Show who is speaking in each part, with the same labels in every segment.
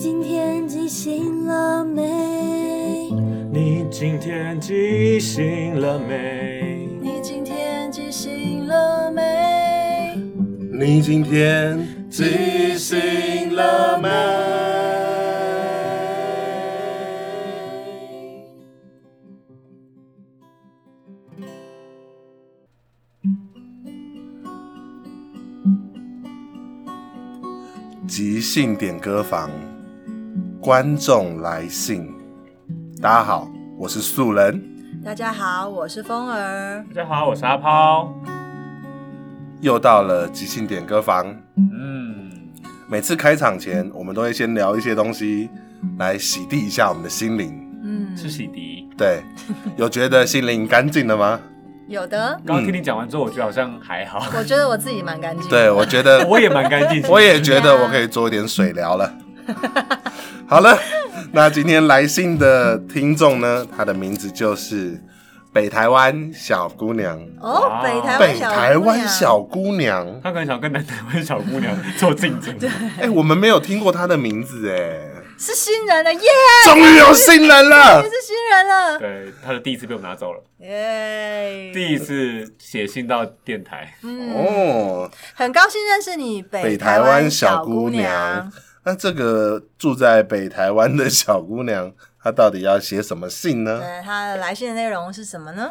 Speaker 1: 今天记醒了没？
Speaker 2: 你今天记醒了没？
Speaker 1: 你今天记醒了没？
Speaker 3: 你今天
Speaker 2: 记醒了没？
Speaker 3: 即兴点歌房，观众来信。大家好，我是素人，
Speaker 4: 大家好，我是风儿。
Speaker 2: 大家好，我是阿抛。
Speaker 3: 又到了即兴点歌房。
Speaker 2: 嗯，
Speaker 3: 每次开场前，我们都会先聊一些东西，来洗涤一下我们的心灵。
Speaker 4: 嗯，
Speaker 2: 是洗涤。
Speaker 3: 对，有觉得心灵干净了吗？
Speaker 4: 嗯有的，
Speaker 2: 刚刚听你讲完之后，我觉得好像还好，
Speaker 4: 我觉得我自己蛮干净。
Speaker 3: 对，，我觉得
Speaker 2: 我也蛮干净。
Speaker 3: 我也觉得我可以做一点水疗了。 好了，那今天来信的听众呢，他的名字就是北台湾小姑娘。
Speaker 4: 哦，北台湾
Speaker 3: 北
Speaker 4: 小
Speaker 3: 台
Speaker 4: 姑
Speaker 3: 湾
Speaker 4: 娘
Speaker 3: 小姑娘，
Speaker 2: 他可能想跟南台湾小姑娘做 竞争。
Speaker 3: 哎、我们没有听过她的名字哎、
Speaker 4: 是新人 了耶，
Speaker 3: 终于有新人了
Speaker 4: 你。是新人了
Speaker 2: 对，他的第一次被我们拿走了，
Speaker 4: 耶。
Speaker 2: 第一次写信到电台。
Speaker 3: 哦，
Speaker 4: 很高兴认识你，北
Speaker 3: 北台湾
Speaker 4: 湾
Speaker 3: 小姑
Speaker 4: 姑
Speaker 3: 娘。。那这个住在北台湾的小姑娘，她到底要写什么信呢？
Speaker 4: 对，她的来信的内容是什么呢？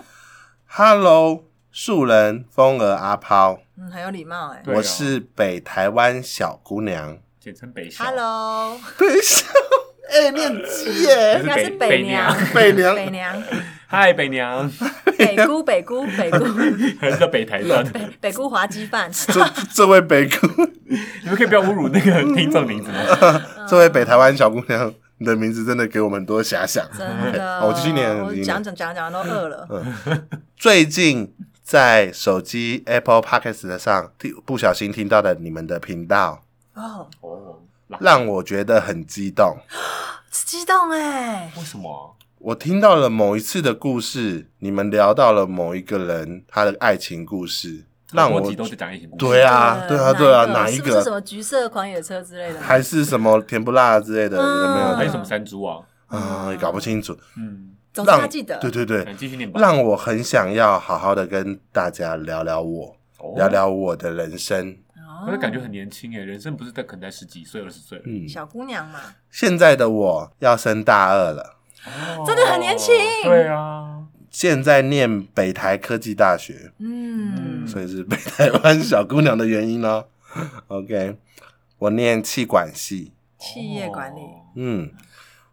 Speaker 3: Hello，树人风儿阿抛，
Speaker 4: 嗯，很有礼貌哎。
Speaker 2: 对啊
Speaker 3: 我是北台湾小 姑娘。
Speaker 2: 简称北小。
Speaker 4: Hello，
Speaker 3: 北小，哎、念基
Speaker 2: 是
Speaker 4: 应
Speaker 3: 耶，
Speaker 4: 该是
Speaker 2: 北
Speaker 4: 北娘，
Speaker 3: 北 娘
Speaker 4: 北娘，
Speaker 2: 嗨，北娘，
Speaker 4: 北姑， 北姑，北姑，
Speaker 2: 还是叫北 台段？
Speaker 4: 北姑滑鸡饭。
Speaker 3: 这这位北姑，
Speaker 2: 你们可以不要侮辱那个听众名字 吗？
Speaker 3: 这位北台湾小姑娘，你的名字真的给我们很多遐想。
Speaker 4: 真的，
Speaker 3: 我继续念
Speaker 4: 我
Speaker 3: 继续念
Speaker 4: 讲讲讲讲都饿了。
Speaker 3: 嗯最近在手机 Apple Podcast 上听不小心听到的你们的频道，
Speaker 4: 哦，
Speaker 2: 哦，那
Speaker 3: 让我觉得很激动。
Speaker 4: 激动哎！
Speaker 2: 为什么？啊
Speaker 3: 我听到了某一次的故事，你们聊到了某一个人他的爱情故事，让我
Speaker 2: 多集都是讲爱情故事。
Speaker 3: 对啊，对啊，对啊，哪一
Speaker 4: 是不是什
Speaker 3: 个？
Speaker 4: 么橘色狂野车之类的？
Speaker 3: 还是什么甜不辣之类的？
Speaker 4: 嗯
Speaker 3: 有没有？
Speaker 2: 还有什么山猪啊？
Speaker 3: 啊，也搞不清楚。
Speaker 2: 嗯，
Speaker 4: 总之
Speaker 3: 让
Speaker 4: 他记得，
Speaker 3: 对对对，
Speaker 2: 嗯继续念吧。
Speaker 3: 让我很想要好好的跟大家聊聊我，
Speaker 2: 哦
Speaker 3: 聊。聊我的人生。
Speaker 4: 哦
Speaker 2: 可是感觉很年轻耶，人生不是在可能才十几岁、二十岁了，
Speaker 3: 嗯，
Speaker 4: 小姑娘嘛，
Speaker 3: 现在的我要升大二了，
Speaker 2: 哦
Speaker 4: 真的很年轻
Speaker 2: 对啊，
Speaker 3: 现在念北台科技大学，
Speaker 4: 嗯
Speaker 2: 嗯，
Speaker 3: 所以是北台湾小姑娘的原因哦。OK，我念气管系，
Speaker 4: 企业管理，
Speaker 2: 哦
Speaker 3: 嗯，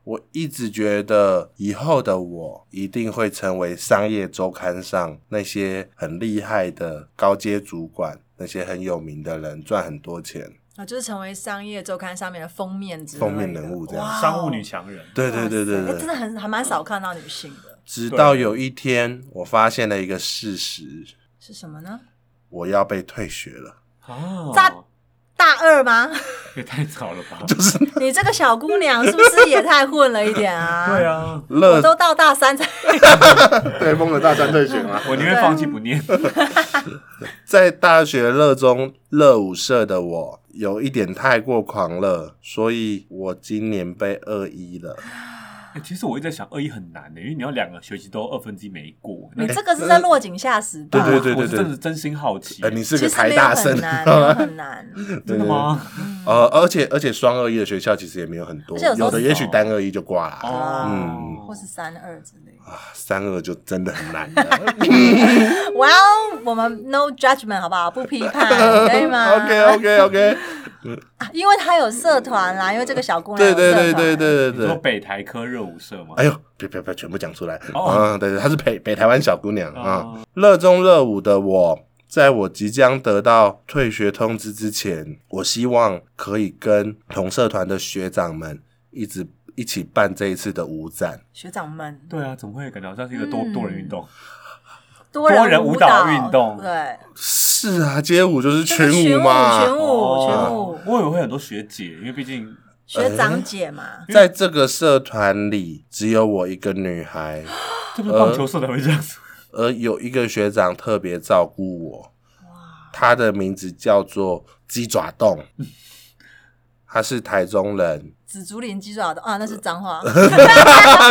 Speaker 3: 我一直觉得以后的我一定会成为商业周刊上那些很厉害的高阶主管，那些很有名的人，赚很多钱。
Speaker 4: 啊，就是成为商业周刊上面的封面之类的
Speaker 3: 封面人物这样
Speaker 4: 哇哦
Speaker 2: 商务女强人。
Speaker 3: 对对对对
Speaker 4: 哇塞哎真
Speaker 3: 对。
Speaker 4: 的很还蛮少看到女性的，
Speaker 3: 直到有一天，我发现了一个事实，
Speaker 4: 是什么呢？
Speaker 3: 我要被退学 了。
Speaker 2: 啊，
Speaker 4: 炸大二吗？
Speaker 2: 也太早了 吧？
Speaker 3: 就是
Speaker 4: 你这个小姑娘是不是也太混了一点啊？
Speaker 2: 对，啊，
Speaker 3: 乐
Speaker 4: 我都到大三才，
Speaker 3: 对，疯了大三退学嘛。
Speaker 2: 我宁愿放弃不念。
Speaker 3: 在大学热衷热舞社的我，有一点太过狂热，所以我今年被二一了。
Speaker 2: 欸其实我一直在想，二一很难的，因为你要两个学期都二分之一没过。那
Speaker 4: 你这个是在落井下石吧？
Speaker 3: 哎呃对对对
Speaker 2: 我是真的真心好奇
Speaker 3: 呃，，你是
Speaker 4: 其
Speaker 3: 个
Speaker 4: 实
Speaker 3: 台
Speaker 4: 没有
Speaker 3: 大生
Speaker 4: 很， 难，没啊有很难。
Speaker 2: 真的吗？
Speaker 3: 呃，而且而且双二一的学校其实也没有很多，
Speaker 4: 而且有时候
Speaker 3: 的也许单二一就挂了，嗯
Speaker 2: 哦，
Speaker 4: 或是三二之类的。
Speaker 3: 啊三二就真的很 难了。
Speaker 4: 哇哦，我们 no judgment 好不好？不批判， 可以吗
Speaker 3: OK OK OK，
Speaker 4: 啊因为他有社团啦，因为这个小姑娘
Speaker 3: 对
Speaker 4: 有
Speaker 3: 对对
Speaker 4: 社团
Speaker 3: 对对对
Speaker 2: 你说
Speaker 3: 对。
Speaker 2: 北台科热舞社吗？
Speaker 3: 哎呦，别别别，全部讲出来
Speaker 2: 哦
Speaker 3: 啊！对对，她是北北台湾小姑娘啊
Speaker 2: 哦，
Speaker 3: 热衷热舞的我，在我即将得到退学通知之前，我希望可以跟同社团的学长们一直一起办这一次的舞展。
Speaker 4: 学长们
Speaker 2: 对啊，怎么会感觉好像是一个多
Speaker 4: 嗯
Speaker 2: 多人运动？
Speaker 4: 多
Speaker 2: 多人舞
Speaker 4: 舞
Speaker 2: 蹈运动
Speaker 4: 对，
Speaker 3: 是啊，街舞就是
Speaker 4: 就是
Speaker 3: 群舞嘛，
Speaker 4: 群舞群
Speaker 2: 哦
Speaker 4: 舞
Speaker 2: 我以为会很多学姐，因为毕竟
Speaker 3: 哎
Speaker 4: 学长姐嘛，
Speaker 3: 在这个社团里，只有我一个女孩，
Speaker 2: 这不是
Speaker 3: 呃
Speaker 2: 棒球社才会这样子。
Speaker 3: 而有一个学长特别照顾我。他的名字叫做鸡爪冻， 他是台中人，
Speaker 4: 紫竹林鸡爪洞啊，那是脏话。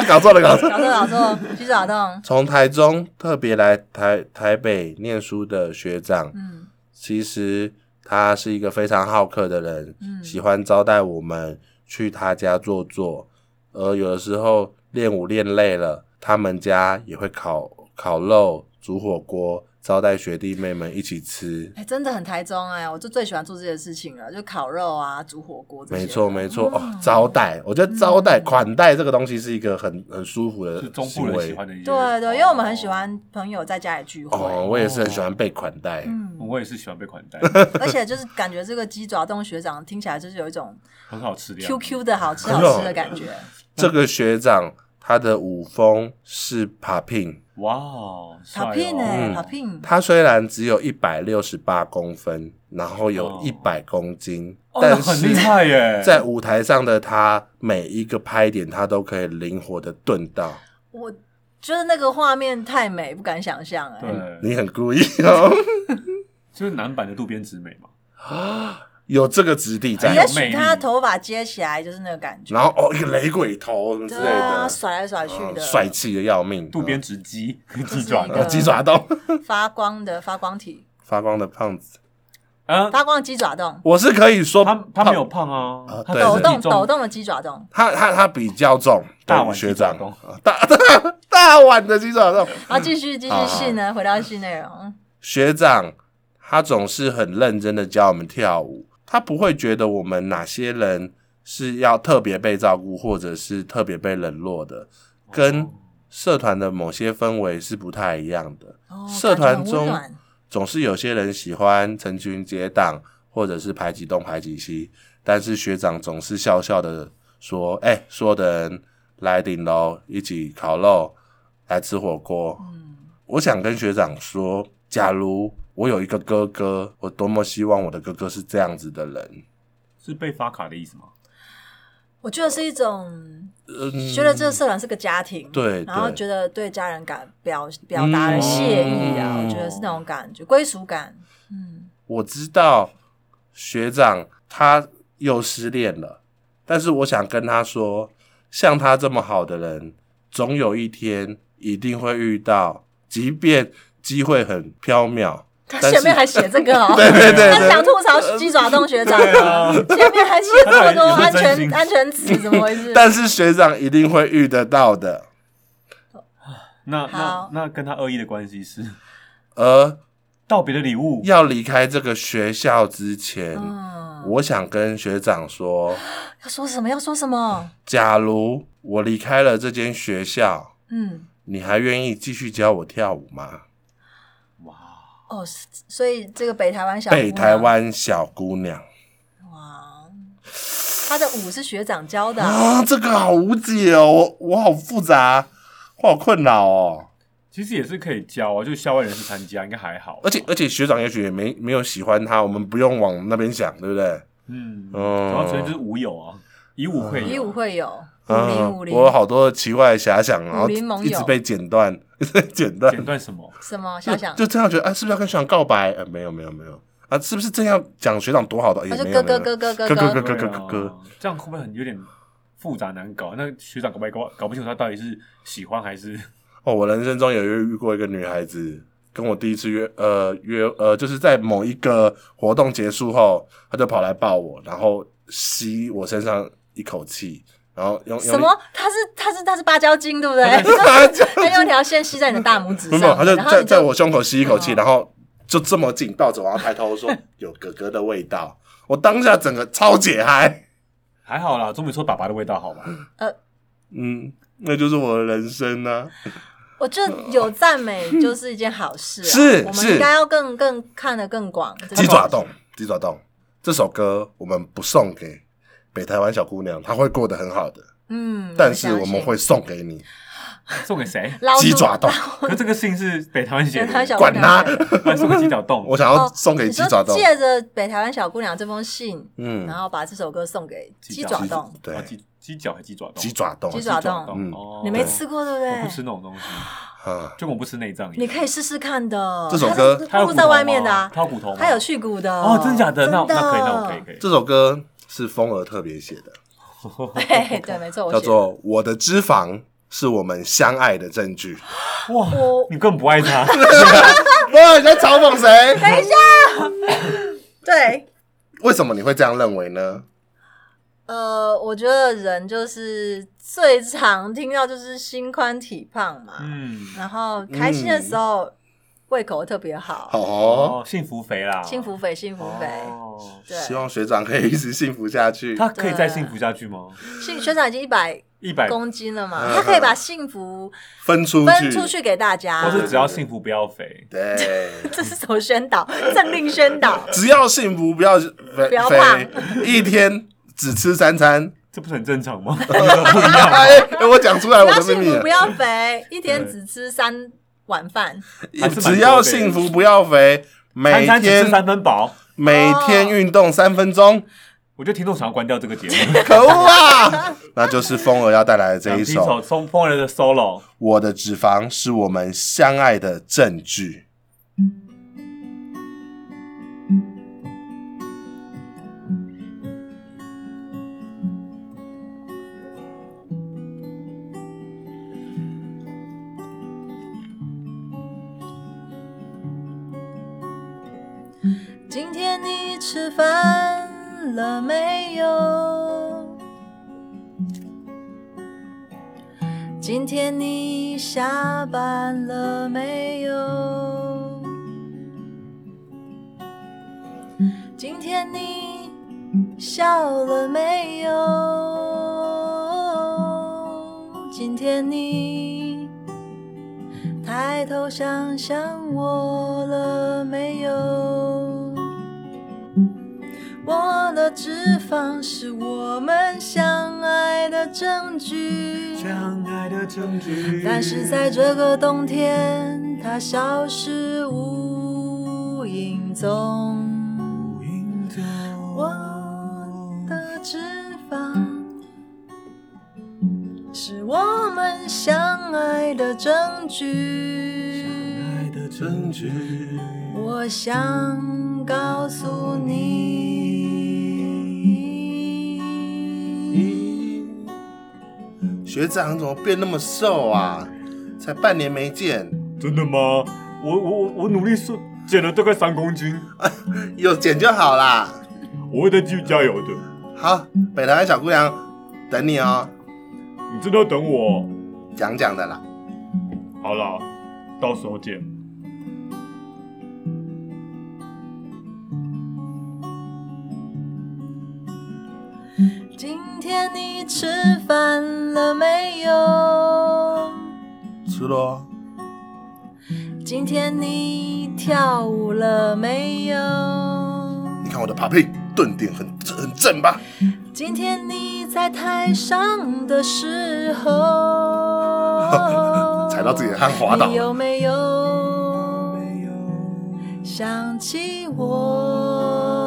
Speaker 3: 搞错了，搞错了。
Speaker 4: 搞错搞错，鸡爪洞。
Speaker 3: 从台中特别来台台北念书的学长，
Speaker 4: 嗯
Speaker 3: 其实他是一个非常好客的人，
Speaker 4: 嗯
Speaker 3: 喜欢招待我们去他家坐坐。而有的时候练舞练累了，他们家也会烤烤肉、煮火锅，招待学弟妹们一起吃。
Speaker 4: 哎、真的很台中哎、我就最喜欢做这些事情了，就烤肉啊、煮火锅这些的。
Speaker 3: 没错，没错哦
Speaker 4: 嗯，
Speaker 3: 招待，我觉得招待、
Speaker 4: 嗯
Speaker 3: 款待这个东西是一个很很舒服的
Speaker 2: 是中部
Speaker 3: 行
Speaker 2: 人哦喜
Speaker 3: 为。
Speaker 2: 欢的一些。
Speaker 4: 对啊对，因为我们很喜欢朋友在家里聚会。
Speaker 3: 哦，我也是很喜欢被款待。
Speaker 2: 哦，
Speaker 4: 嗯，
Speaker 2: 我也是喜欢被款 待，
Speaker 4: 而且就是感觉这个鸡爪冻学长听起来就是有一种
Speaker 2: 很好吃的样
Speaker 4: Q
Speaker 2: 子。
Speaker 4: Q 的好吃好吃的感觉。
Speaker 3: 这个学长他的舞风是 popping，
Speaker 2: 哇哦，帅
Speaker 4: 好
Speaker 2: 哦
Speaker 4: 聘哎，
Speaker 3: 嗯
Speaker 4: 好聘，
Speaker 3: 他虽然只有一百六十八公分，然后有
Speaker 2: 哦
Speaker 3: 一百公斤，
Speaker 2: 哦那
Speaker 3: 但
Speaker 2: 很厉
Speaker 3: 是
Speaker 2: 害耶，
Speaker 3: 在舞台上的他每一个拍点，他都可以灵活的顿到。
Speaker 4: 我觉得那个画面太美，不敢想象哎、
Speaker 2: 对，
Speaker 3: 你很故意 哦，
Speaker 2: 就是男版的渡边直美嘛，
Speaker 3: 有这个质地
Speaker 2: 很有
Speaker 3: 在
Speaker 4: 也
Speaker 2: 魅，
Speaker 4: 许他头发接起来就是那个感觉，
Speaker 3: 然后哦一个雷鬼头什么之
Speaker 4: 对
Speaker 3: 类的
Speaker 4: 啊，，甩来甩去
Speaker 3: 嗯
Speaker 4: 的，
Speaker 3: 帅气的要命，
Speaker 2: 渡边
Speaker 3: 嗯
Speaker 2: 直鸡
Speaker 4: 是
Speaker 2: 鸡爪
Speaker 4: 一
Speaker 2: 的
Speaker 4: 个
Speaker 3: 呃鸡爪洞
Speaker 4: 发光的发光体，
Speaker 3: 发光的胖子，呃
Speaker 2: 啊，
Speaker 4: 发光的鸡爪洞，
Speaker 3: 我是可以说
Speaker 2: 他他
Speaker 3: 胖
Speaker 2: 没有胖啊
Speaker 3: 啊，
Speaker 2: 他
Speaker 3: 对
Speaker 4: 抖
Speaker 2: 只是
Speaker 4: 动
Speaker 2: 体
Speaker 4: 抖
Speaker 2: 重
Speaker 4: 动的鸡爪洞，
Speaker 3: 他他他比较重，
Speaker 2: 大
Speaker 3: 对
Speaker 2: 碗
Speaker 3: 学
Speaker 2: 鸡爪
Speaker 3: 长
Speaker 2: 冻
Speaker 3: 啊大 大大碗的鸡爪冻。
Speaker 4: 然后继续继续
Speaker 3: 好
Speaker 4: 信呢，回到信内容，嗯
Speaker 3: 学长他总是很认真的教我们跳舞，他不会觉得我们哪些人是要特别被照顾，或者是特别被冷落的，
Speaker 2: 哦
Speaker 3: 跟社团的某些氛围是不太一样的。
Speaker 4: 哦
Speaker 3: 社团
Speaker 4: 感
Speaker 3: 中
Speaker 4: 觉很温暖
Speaker 3: 总是有些人喜欢成群结党，或者是排挤东排挤西，但是学长总是笑笑的说：“哎、所有的人来顶楼一起烤肉，来吃火锅。”
Speaker 4: 嗯，
Speaker 3: 我想跟学长说，假如我有一个哥哥，我多么希望我的哥哥是这样子的人。
Speaker 2: 是被发卡的意思吗？
Speaker 4: 我觉得是一种
Speaker 3: 嗯，
Speaker 4: 觉得这个社团是个家庭，
Speaker 3: 对
Speaker 4: 然后
Speaker 3: 对
Speaker 4: 觉得对家人感表表达了谢意啊，
Speaker 3: 嗯
Speaker 4: 我觉得是那种感觉，归属感，嗯，
Speaker 3: 我知道学长他又失恋了，但是我想跟他说，像他这么好的人，总有一天一定会遇到，即便机会很缥缈。
Speaker 4: 他
Speaker 3: 但是
Speaker 4: 前面还写这个哦，
Speaker 3: 对对 对
Speaker 4: 他是
Speaker 3: 对，
Speaker 4: 想吐槽鸡爪洞学长，
Speaker 2: 对啊
Speaker 4: 前面还写这么多安
Speaker 2: 他到底是不是真
Speaker 4: 全
Speaker 2: 心
Speaker 4: 安全词，怎么回事？
Speaker 3: 但是学长一定会遇得到的。
Speaker 2: 那
Speaker 4: 好
Speaker 2: 那那跟他恶意的关系是
Speaker 3: 而
Speaker 2: 道别的礼物，
Speaker 3: 要离开这个学校之前，
Speaker 4: 嗯，
Speaker 3: 我想跟学长说，
Speaker 4: 要说什么？要说什么？
Speaker 3: 假如我离开了这间学校，
Speaker 4: 嗯，
Speaker 3: 你还愿意继续教我跳舞吗？
Speaker 2: 哇，
Speaker 4: 哦，是所以这个北台湾小姑娘
Speaker 3: 北台湾小姑娘
Speaker 4: 哇，她的舞是学长教的啊，
Speaker 3: 啊，这个好无解哦，我我好复杂，我好困扰哦。
Speaker 2: 其实也是可以教啊，就校外人士参加应该还好，
Speaker 3: 而且而且学长也许也没没有喜欢他，我们不用往那边想，对不对？
Speaker 2: 嗯，
Speaker 3: 嗯
Speaker 2: 然后所以就是舞友啊，以舞会
Speaker 4: 以舞会友，舞
Speaker 3: 啊，
Speaker 4: 林舞
Speaker 3: 我
Speaker 4: 林，
Speaker 3: 有好多奇怪的遐想，然后
Speaker 4: 武林盟友
Speaker 3: 一直被剪断， 一直被剪断，
Speaker 2: 剪断什么？
Speaker 4: 什么
Speaker 3: 就
Speaker 4: 想想？
Speaker 3: 就这样觉得啊，是不是要跟学长告白？呃，没有没有没有啊，是不是真要讲学长多好的？也
Speaker 4: 他就
Speaker 3: 没有
Speaker 4: 哥
Speaker 3: 没
Speaker 4: 哥
Speaker 3: 有没
Speaker 4: 哥
Speaker 3: 有
Speaker 4: 哥哥
Speaker 3: 哥哥
Speaker 4: 哥
Speaker 3: 哥，咯咯咯咯
Speaker 2: 对啊这样会不会很有点复杂难搞？那学长搞不搞搞不清楚他到底是喜欢还是
Speaker 3: 哦，我人生中有遇过一个女孩子，跟我第一次约，呃约呃，就是在某一个活动结束后，她就跑来抱我，然后吸我身上一口气，然后用
Speaker 4: 什？么？他是他是他是芭蕉精，对不对？ 他用一条线系在你的大拇指
Speaker 3: 用力没有，
Speaker 4: 上，
Speaker 3: 她 就
Speaker 4: 然后
Speaker 3: 在
Speaker 4: 你
Speaker 3: 在我胸口吸一口气，
Speaker 4: 哦
Speaker 3: 然后就这么近抱着我，然后抬 头说有哥哥的味道，我当下整个超解嗨，
Speaker 2: 还好啦？总比说粑粑的味道好吧？
Speaker 3: 嗯，那就是我的人生啊呢、
Speaker 4: 我觉得有赞美就是一件好事啊，
Speaker 3: 是
Speaker 4: 我们
Speaker 3: 是
Speaker 4: 应该要更更看得更广。这
Speaker 3: 鸡
Speaker 4: 种
Speaker 3: 爪冻，鸡爪冻，这首歌我们不送给北台湾小姑娘，她会过得很好的，
Speaker 4: 嗯，
Speaker 3: 但是我
Speaker 4: 相信
Speaker 3: 们会送给你。
Speaker 2: 送 给谁？
Speaker 4: 捞出
Speaker 3: 鸡爪冻，
Speaker 4: 哦
Speaker 2: 可这个信是北台湾
Speaker 4: 北
Speaker 2: 写
Speaker 4: 台湾
Speaker 2: 的，
Speaker 4: 小姑
Speaker 3: 管
Speaker 4: 娘
Speaker 3: 他
Speaker 4: 写的
Speaker 2: 不送给鸡爪冻。
Speaker 3: 我想要送给
Speaker 4: 哦你
Speaker 3: 鸡
Speaker 4: 说
Speaker 3: 爪冻。
Speaker 4: 借着北台湾小姑娘这封信，
Speaker 3: 嗯
Speaker 4: 然后把这首歌送给
Speaker 2: 鸡
Speaker 4: 鸡
Speaker 2: 爪
Speaker 4: 爪冻。
Speaker 2: 哦
Speaker 3: 对，
Speaker 2: 鸡鸡脚还鸡爪冻？
Speaker 3: 鸡爪冻
Speaker 4: 鸡爪
Speaker 2: 爪
Speaker 4: 冻
Speaker 3: 嗯
Speaker 2: 哦
Speaker 4: 你没吃过对不
Speaker 2: 我不
Speaker 4: 对
Speaker 2: 吃？那种东西，
Speaker 3: 啊，
Speaker 2: 就跟我不吃内脏一样。
Speaker 4: 你可以试试看的。
Speaker 3: 这首歌
Speaker 4: 它是
Speaker 2: 它
Speaker 4: 它
Speaker 2: 有骨
Speaker 4: 是
Speaker 2: 头
Speaker 4: 在外面的啊
Speaker 2: 吗，它有骨头吗？
Speaker 4: 它有去骨的
Speaker 2: 哦，真假的？那
Speaker 4: 真
Speaker 2: 那可以，那我可以可以。
Speaker 3: 这首歌是风儿特别写的，
Speaker 4: 对对，没错，我
Speaker 3: 叫
Speaker 4: 写
Speaker 3: 做《我的脂肪是我们相爱的证 据》。
Speaker 2: 哇
Speaker 4: 我，
Speaker 2: 你更不爱 他，
Speaker 3: 哇，你在嘲讽谁？
Speaker 4: 对。
Speaker 3: 为什么你会这样认为呢？
Speaker 4: 呃，我觉得人就是最常听到就是心宽体胖嘛，
Speaker 2: 嗯，
Speaker 4: 然后开心的时候、胃口会特别好，
Speaker 3: 好哦，
Speaker 2: 哦，幸福肥啦，
Speaker 4: 幸福肥幸福肥，
Speaker 2: 哦
Speaker 4: 对，
Speaker 3: 希望学长可以一直幸福下去。
Speaker 2: 他可以再幸福下去吗？
Speaker 4: 幸学长已经一百
Speaker 2: 一百，
Speaker 4: 公斤了嘛，
Speaker 3: 嗯
Speaker 4: 他可以把幸福
Speaker 3: 分出去，
Speaker 4: 分出去给大家
Speaker 2: 或，是只要幸福不要肥，
Speaker 3: 对，，
Speaker 4: 这是什么宣导？政令宣导
Speaker 3: 只要幸 福，不要肥
Speaker 4: 不要
Speaker 3: 肥，一天只吃 三餐。
Speaker 2: 这不是很正常吗？
Speaker 3: 哎、我讲出来
Speaker 4: 只
Speaker 3: 我
Speaker 4: 要
Speaker 3: 的秘
Speaker 4: 幸
Speaker 3: 密
Speaker 4: 福
Speaker 3: 了
Speaker 4: 不。要肥，一天只吃三碗饭，
Speaker 2: 还是蛮多的
Speaker 3: 只要幸福不要肥，每
Speaker 2: 餐餐只吃
Speaker 3: 天
Speaker 2: 三分饱，
Speaker 3: 每天运动三 分钟，
Speaker 2: 我觉得听众想要关掉这个节 目。
Speaker 3: 可恶啊！那就是风儿要带来的这一
Speaker 2: 第一首
Speaker 3: 首《
Speaker 2: 风风人的 solo，
Speaker 3: 我的脂肪是我们相爱的证据》。
Speaker 4: 今天你吃饭了没有？今天你下班了没有？今天你笑了没有？今天你抬头想想我了没有？我的脂肪是我们相爱的证据，
Speaker 2: 相爱的证据
Speaker 4: 但是在这个冬天，它消失无影踪。我的脂肪是我们相爱的证据。
Speaker 2: 证据，
Speaker 4: 我想告诉你，
Speaker 3: 学长怎么变那么瘦啊？才半年没见，
Speaker 2: 真的吗？我我我我努力是减了大概三公斤，
Speaker 3: 有减就好啦。
Speaker 2: 我会再继续加油的。
Speaker 3: 好，北台湾小姑娘等你哦，
Speaker 2: 你真的要等我？
Speaker 3: 讲讲的啦。
Speaker 2: 好啦，到时候见。
Speaker 4: 今天你吃饭了没有？
Speaker 3: 吃喽，
Speaker 4: 今天你跳舞了没有？
Speaker 3: 你看我的 papi 顿点很很正吧？，
Speaker 4: 今天你在台上的时候
Speaker 3: 踩到自己的汗滑倒
Speaker 4: 你有没有想起我？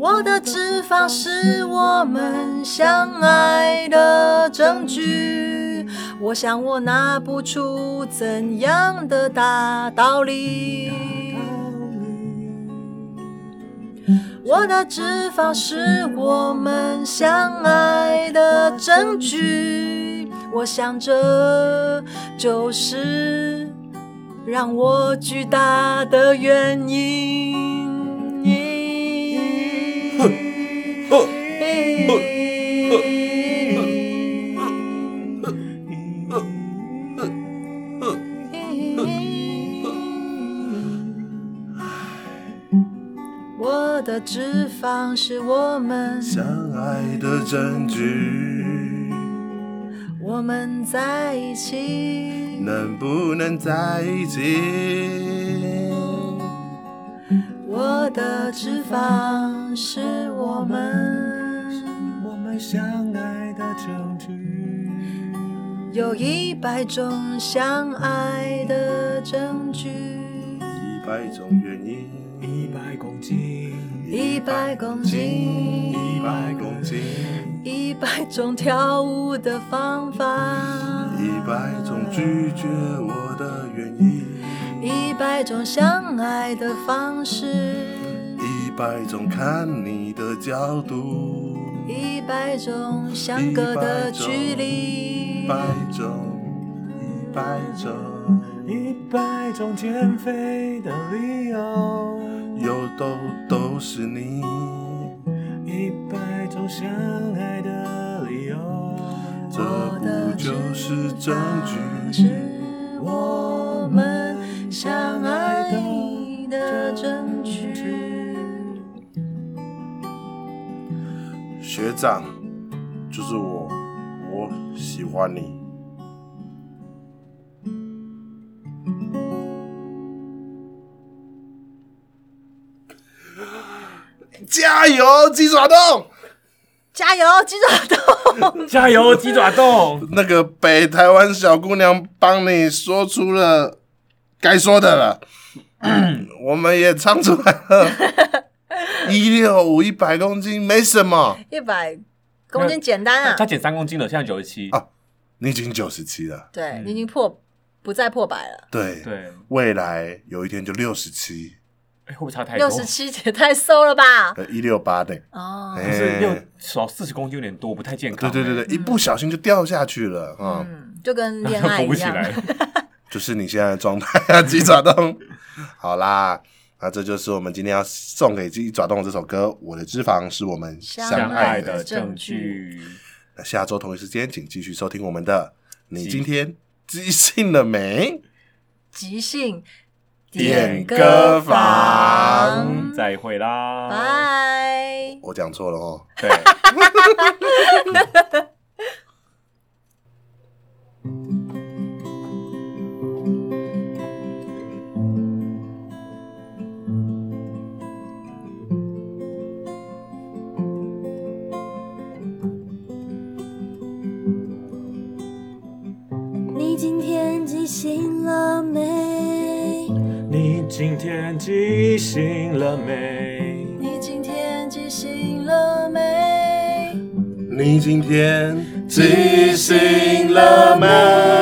Speaker 4: 我的脂肪是我们相爱的证据。我想我拿不出怎样的大道理。我的脂肪是我们相爱的证据。我想这就是让我巨大的原因。我的脂肪是我们
Speaker 3: 相爱的证据，
Speaker 4: 我们在一起，
Speaker 3: 能不能在一起？
Speaker 4: 我的脂肪是我们
Speaker 2: 我们相爱的证据。
Speaker 4: 有一百种相爱的证据，
Speaker 3: 一百种原因，
Speaker 2: 一百公斤，
Speaker 4: 一百公斤，
Speaker 3: 一百公斤，
Speaker 4: 一百种跳舞的方法，
Speaker 3: 一百种拒绝我的原因，
Speaker 4: 一百种相爱的方式，
Speaker 3: 一百种看你的角度，
Speaker 4: 一百种相隔的距离
Speaker 3: 一，百种，一百种，
Speaker 2: 一百种减肥的理由，
Speaker 3: 有都都是你。
Speaker 2: 一百种相爱的理由。
Speaker 3: 这不就是证据？
Speaker 4: 是我们相爱的证据。
Speaker 3: 学长，就是我，我喜欢你。加油，鸡爪冻！
Speaker 4: 加油，鸡爪冻！
Speaker 2: 加油，鸡爪冻！
Speaker 3: 那个北台湾小姑娘帮你说出了该说的了，我们也唱出来了。一六五一百公斤没什么，
Speaker 4: 一百公斤简单啊
Speaker 2: 他！减三公斤了，现在九十七
Speaker 3: 啊。你已经九十七 了，
Speaker 4: 对，你已经破不再破百了，
Speaker 3: 对，
Speaker 2: 对，
Speaker 3: 未来有一天就六十七，
Speaker 2: 哎，会不会差太多？
Speaker 4: 六十七也太瘦了吧？
Speaker 3: 呃，一六八的，
Speaker 4: 哦，
Speaker 2: 不是
Speaker 3: 哎，
Speaker 2: 六嗯少四十公斤有点多，不太健
Speaker 3: 对
Speaker 2: 康。
Speaker 3: 对对对，一不小心就掉下去了啊、
Speaker 4: 嗯，就跟 恋
Speaker 2: 哎，
Speaker 4: 爱
Speaker 2: 扶不
Speaker 4: 一
Speaker 2: 起
Speaker 4: 样。
Speaker 2: 来。
Speaker 3: 就是你现在的状态啊，鸡爪冻。 好啦，那这就是我们今天要送给鸡爪冻的这首歌，《我的脂肪是我们相
Speaker 2: 相
Speaker 3: 爱
Speaker 2: 爱
Speaker 3: 的
Speaker 2: 的证据，
Speaker 3: 那下周同一时间，请继续收听我们的。你
Speaker 2: 即
Speaker 3: 今天即兴了没？
Speaker 4: 即兴
Speaker 3: 点歌房
Speaker 2: 再会啦，
Speaker 4: 拜。
Speaker 3: 我讲错了哦。
Speaker 2: 对。
Speaker 1: 你今天记醒了没？
Speaker 2: 你今天记醒了没？
Speaker 4: 你今天记醒了没？
Speaker 3: 你今天即兴了没？